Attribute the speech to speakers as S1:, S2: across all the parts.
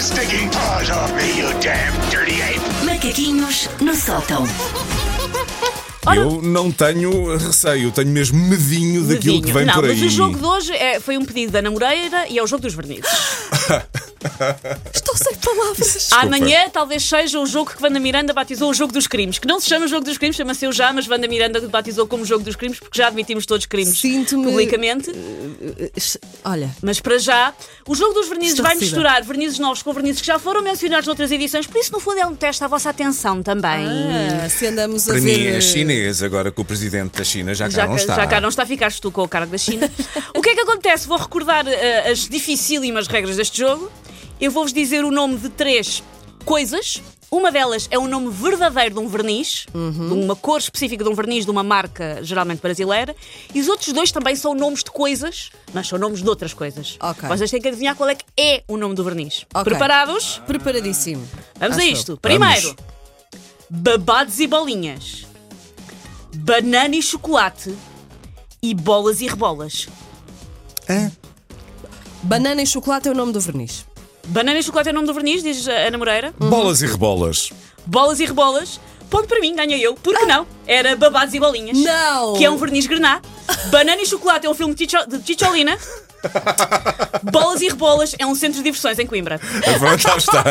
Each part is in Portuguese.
S1: stinking paws off me, you damn dirty ape!
S2: Macaquinhos no sótão.
S3: Eu não tenho receio, tenho mesmo medinho daquilo
S4: Dedinho.
S3: que vem
S4: Não,
S3: por aí.
S4: mas o jogo de hoje é- foi um pedido da Ana Moreira e é o jogo dos vernizes.
S5: Estou sem palavras.
S4: Amanhã talvez seja o jogo que Wanda Miranda batizou o jogo dos crimes, que não se chama jogo dos crimes, chama-se Eu Já, mas Wanda Miranda batizou como jogo dos crimes porque já admitimos todos os crimes
S5: Sinto-me-
S4: publicamente.
S5: Olha,
S4: Mas para já, o jogo dos vernizes vai
S5: Estarrecida.
S4: misturar vernizes novos com vernizes que já foram mencionados noutras edições, por isso no fundo é um teste à vossa atenção também.
S5: ah, se andamos a
S3: Para
S5: ver. eh,
S3: mim é chinês, agora que o presidente da China já cá
S4: eh, Já,
S3: não
S4: cá-
S3: está.
S4: já cá não está, ficaste tu com o cargo da China. o que é que acontece? Vou recordar eh, as dificílimas regras deste jogo. Eu vou-vos dizer o nome de três coisas. Uma delas é o nome verdadeiro de um verniz,
S5: Uhum.
S4: de uma cor específica de um verniz de uma marca geralmente brasileira. E os outros dois também são nomes de coisas, mas são nomes de outras coisas.
S5: Ok.
S4: Vocês têm que adivinhar qual é que é o nome do verniz.
S5: Ok.
S4: Preparados?
S5: Preparadíssimo.
S4: Vamos a
S5: Acho
S4: isto.
S5: eu.
S4: Primeiro, babados e bolinhas, banana e chocolate e bolas e rebolas.
S5: Banana e chocolate é o nome do verniz.
S4: Banana e chocolate é o nome do verniz, diz a Ana Moreira.
S3: Bolas e rebolas.
S4: Bolas e rebolas. Ponto para mim, ganhei eu. Porque não? Era babados e bolinhas.
S5: Não!
S4: Que é um verniz grená. Banana e chocolate é um filme de Chicho- de Chicholina. Bolas e rebolas é um centro de diversões em Coimbra.
S3: Agora cá está.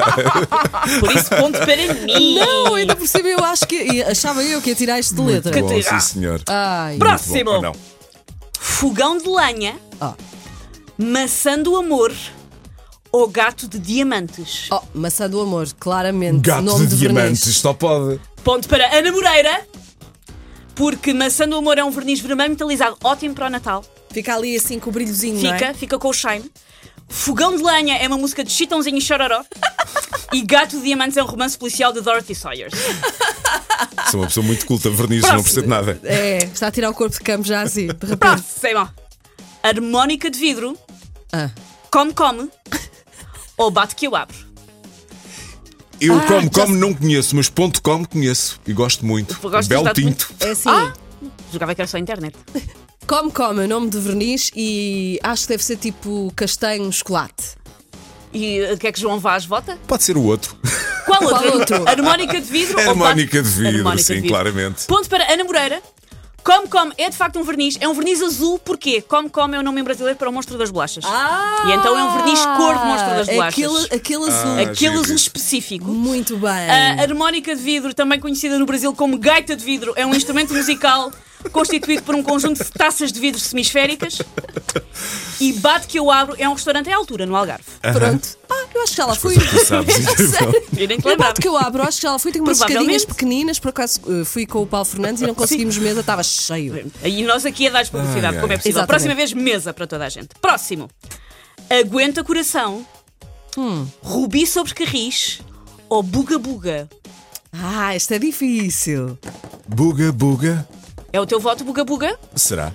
S4: Por isso, ponto para mim.
S5: Não, ainda por cima eu acho que. e Achava eu que ia tirar isto de letra.
S3: Bom,
S4: terá.
S3: sim, senhor.
S5: Ai.
S4: Bra-
S3: Muito bom.
S4: Ah, Próximo.
S3: Ou não.
S4: Fogão de lenha.
S5: Ah.
S4: Maçã do amor. Ou gato de diamantes.
S5: Oh, maçã do amor, claramente.
S3: Gato
S5: nome
S3: de,
S5: de,
S3: diamantes,
S5: verniz.
S3: só pode.
S4: Ponto para Ana Moreira. Porque maçã do amor é um verniz vermelho metalizado ótimo para o Natal.
S5: Fica ali assim com o brilhozinho, não é?
S4: Fica, fica com o shine. Fogão de lenha é uma música de Chitãozinho e Chororó. e Gato de Diamantes é um romance policial de Dorothy Sayers.
S3: Sou uma pessoa muito culta, vernizes, não
S4: Próximo. Ah,
S3: percebo nada.
S5: É, está a tirar o corpo de campo já assim, de repente.
S4: Próximo. Harmónica de vidro.
S5: Ah.
S4: Come, come. ou bate que eu abro.
S3: Eu
S5: Ah,
S3: como,
S5: já
S3: como não conheço, mas ponto com conheço e gosto muito.
S4: Eu gosto de
S3: Belo
S4: estar de-
S3: tinto.
S5: É assim.
S4: Ah! Jogava que era só a internet.
S5: Come, come, é o nome de verniz e acho que deve ser tipo castanho, chocolate.
S4: E uh, o que é que João Vaz vota?
S3: Pode ser o outro.
S4: Qual outro?
S5: outro?
S4: Harmónica de vidro ou
S3: Harmónica de
S4: plástico?
S3: vidro,
S4: Harmónica
S3: sim,
S4: de
S3: claramente.
S4: Ponto para Ana Moreira. Come Come é de facto um verniz. É um verniz azul, porquê? Come Come é o nome em brasileiro para o monstro das bolachas. E então é um verniz cor de monstro das bolachas.
S5: Ah! Aquele, aquele azul. Ah,
S3: Ah,
S4: Aquele
S3: giro
S4: azul
S3: isso.
S4: específico.
S5: Muito bem.
S4: A harmónica de vidro, também conhecida no Brasil como gaita de vidro, é um instrumento musical constituído por um conjunto de taças de vidro semisféricas. E Bate Que Eu Abro é um restaurante à altura, no Algarve.
S5: Pronto. Ah, eu acho que já lá fui.
S3: Coisa que tu sabes, incrível.
S4: Eu nem te
S5: Eu
S4: lembrava.
S5: bato que eu abro, acho que já lá fui. Tenho umas
S4: Provavelmente.
S5: escadinhas pequeninas, por acaso eh, fui com o Paulo Fernandes e não conseguimos mesa, estava cheio.
S4: E nós aqui a dar publicidade,
S3: Ai,
S4: como é
S3: ai.
S4: possível.
S5: Exatamente.
S4: Próxima vez, mesa para toda a gente. Próximo. Aguenta coração.
S5: Hum.
S4: Rubi sobre carris. Ou buga buga.
S5: Ah, isto é difícil.
S3: Buga, buga.
S4: É o teu voto, buga buga?
S3: Será?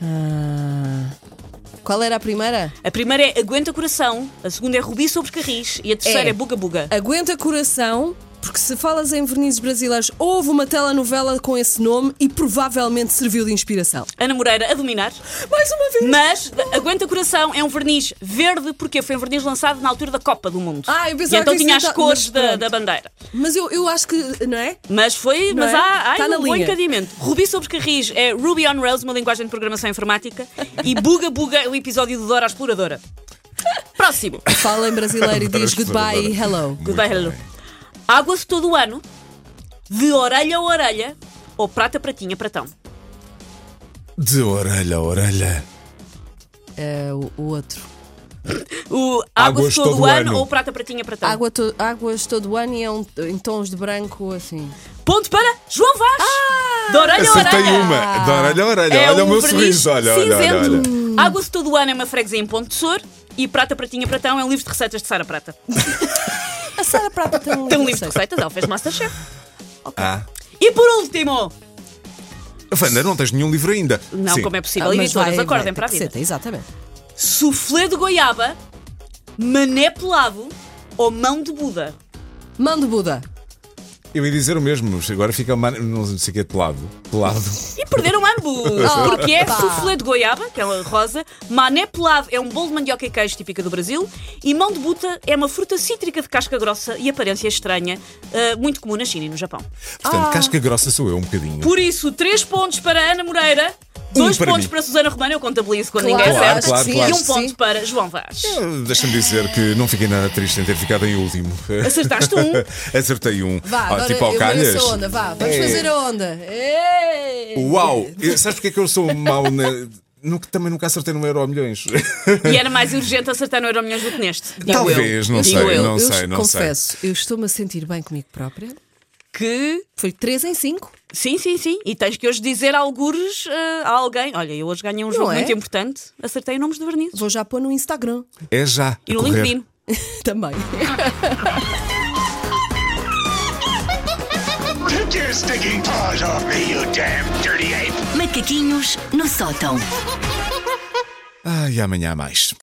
S5: Qual era a primeira?
S4: A primeira é aguenta coração. A segunda é rubi sobre carris. E a terceira
S5: É.
S4: é, buga buga.
S5: Aguenta coração, porque se falas em vernizes brasileiros, houve uma telenovela com esse nome e provavelmente serviu de inspiração.
S4: Ana Moreira a dominar.
S5: Mais uma vez!
S4: Mas aguenta coração é um verniz verde, porque foi um verniz lançado na altura da Copa do Mundo.
S5: Ah, eu pensava
S4: e então
S5: que isso
S4: tinha
S5: então-
S4: as cores
S5: mas
S4: da,
S5: pronto.
S4: da bandeira.
S5: Mas eu, eu acho que, não é?
S4: Mas foi,
S5: Não
S4: mas
S5: é?
S4: há, há
S5: Tá
S4: ainda
S5: na
S4: um bom
S5: linha.
S4: encadeamento. Rubi sobre Carris é Ruby on Rails, uma linguagem de programação informática, e Buga Buga é o episódio de Dora a Exploradora. Próximo.
S5: Fala em brasileiro e
S3: Para
S5: diz goodbye e
S3: exploradora.
S5: hello.
S4: Goodbye,
S3: Muito
S4: hello.
S3: bem.
S4: Água-se todo o ano, de orelha a orelha, ou prata, pratinha, pratão.
S3: De orelha a orelha.
S5: É o, o outro.
S4: O
S3: Águas
S4: água-se todo,
S3: todo
S4: o
S3: o
S4: ano,
S3: ano.
S4: ou prata, pratinha, pratão.
S5: Água to- águas todo o ano e é um, em tons de branco assim.
S4: Ponto para João Vaz.
S5: Ah!
S4: de orelha a
S3: Acertei
S4: orelha.
S3: uma. De orelha a orelha.
S4: É
S3: olha o
S4: um
S3: meu
S4: verniz
S3: sorriso. Olha, olha, olha, olha.
S4: cinzento. Água-se todo o ano é uma freguesia em Ponte de Sor, e Prata, Pratinha, Pratão é um livro de receitas de Sara Prata.
S5: A Sara Prata tem um
S4: Tem um livro de
S5: livro.
S4: receitas, ela fez Masterchef.
S3: Ah.
S4: E por último,
S3: Wanda, não tens nenhum livro ainda.
S4: não
S3: Sim.
S4: como é possível,
S5: Ah, mas
S4: editoras,
S5: vai-
S4: acordem
S5: vai,
S4: para a
S5: tem que
S4: vida.
S5: ser, Exatamente.
S4: Soufflé de goiaba, mané pelado ou mão de Buda?
S5: Mão de Buda.
S3: Eu ia dizer o mesmo, agora fica uma, não sei o que é pelado. Pelado.
S4: E perderam ambos.
S5: Oh,
S4: porque é soufflé de goiaba, que é uma rosa, mané pelado é um bolo de mandioca e queijo típica do Brasil, e mão de buta é uma fruta cítrica de casca grossa e aparência estranha, ah, muito comum na China e no Japão. Ah.
S3: Portanto, casca grossa sou eu um bocadinho.
S4: Por isso, três pontos para Ana Moreira, dois
S3: Um para
S4: pontos
S3: mim.
S4: para Susana Romana, eu contabilizo quando
S5: Claro,
S4: ninguém acerta,
S3: acho que sim,
S4: e
S5: acho
S4: um
S5: que
S4: ponto
S5: sim.
S4: para João Vaz.
S3: Ah, Deixa-me dizer que não fiquei nada triste em ter ficado em último.
S4: Acertaste um.
S3: Acertei um. Ah,
S5: Vá, agora
S3: tipo ao
S5: eu
S3: calhas.
S5: mereço a onda, vá, vamos
S3: É.
S5: fazer a onda. Ei!
S3: Uau! Eu- Sabes porque é que eu sou mau na. Nunca, também nunca acertei no Euro milhões.
S4: E era mais urgente acertar no Euromilhões do que neste. Digo
S3: Talvez,
S4: eu.
S3: não
S4: Digo
S3: sei,
S4: eu.
S3: não
S5: eu
S3: sei, não sei.
S5: confesso, eu estou-me a sentir bem comigo própria.
S4: Que
S5: Foi 3 em 5.
S4: Sim, sim, sim. E tens que hoje dizer algures eh, a alguém. Olha, eu hoje ganhei um jogo
S5: é?
S4: muito importante. Acertei nomes de vernizes.
S5: Vou já pôr no Instagram
S3: É já.
S4: E no
S3: a correr.
S4: LinkedIn.
S5: também.
S1: Take your stinking paws off me, you damn dirty ape!
S2: Macaquinhos no sótão.
S3: Ah, e amanhã há mais.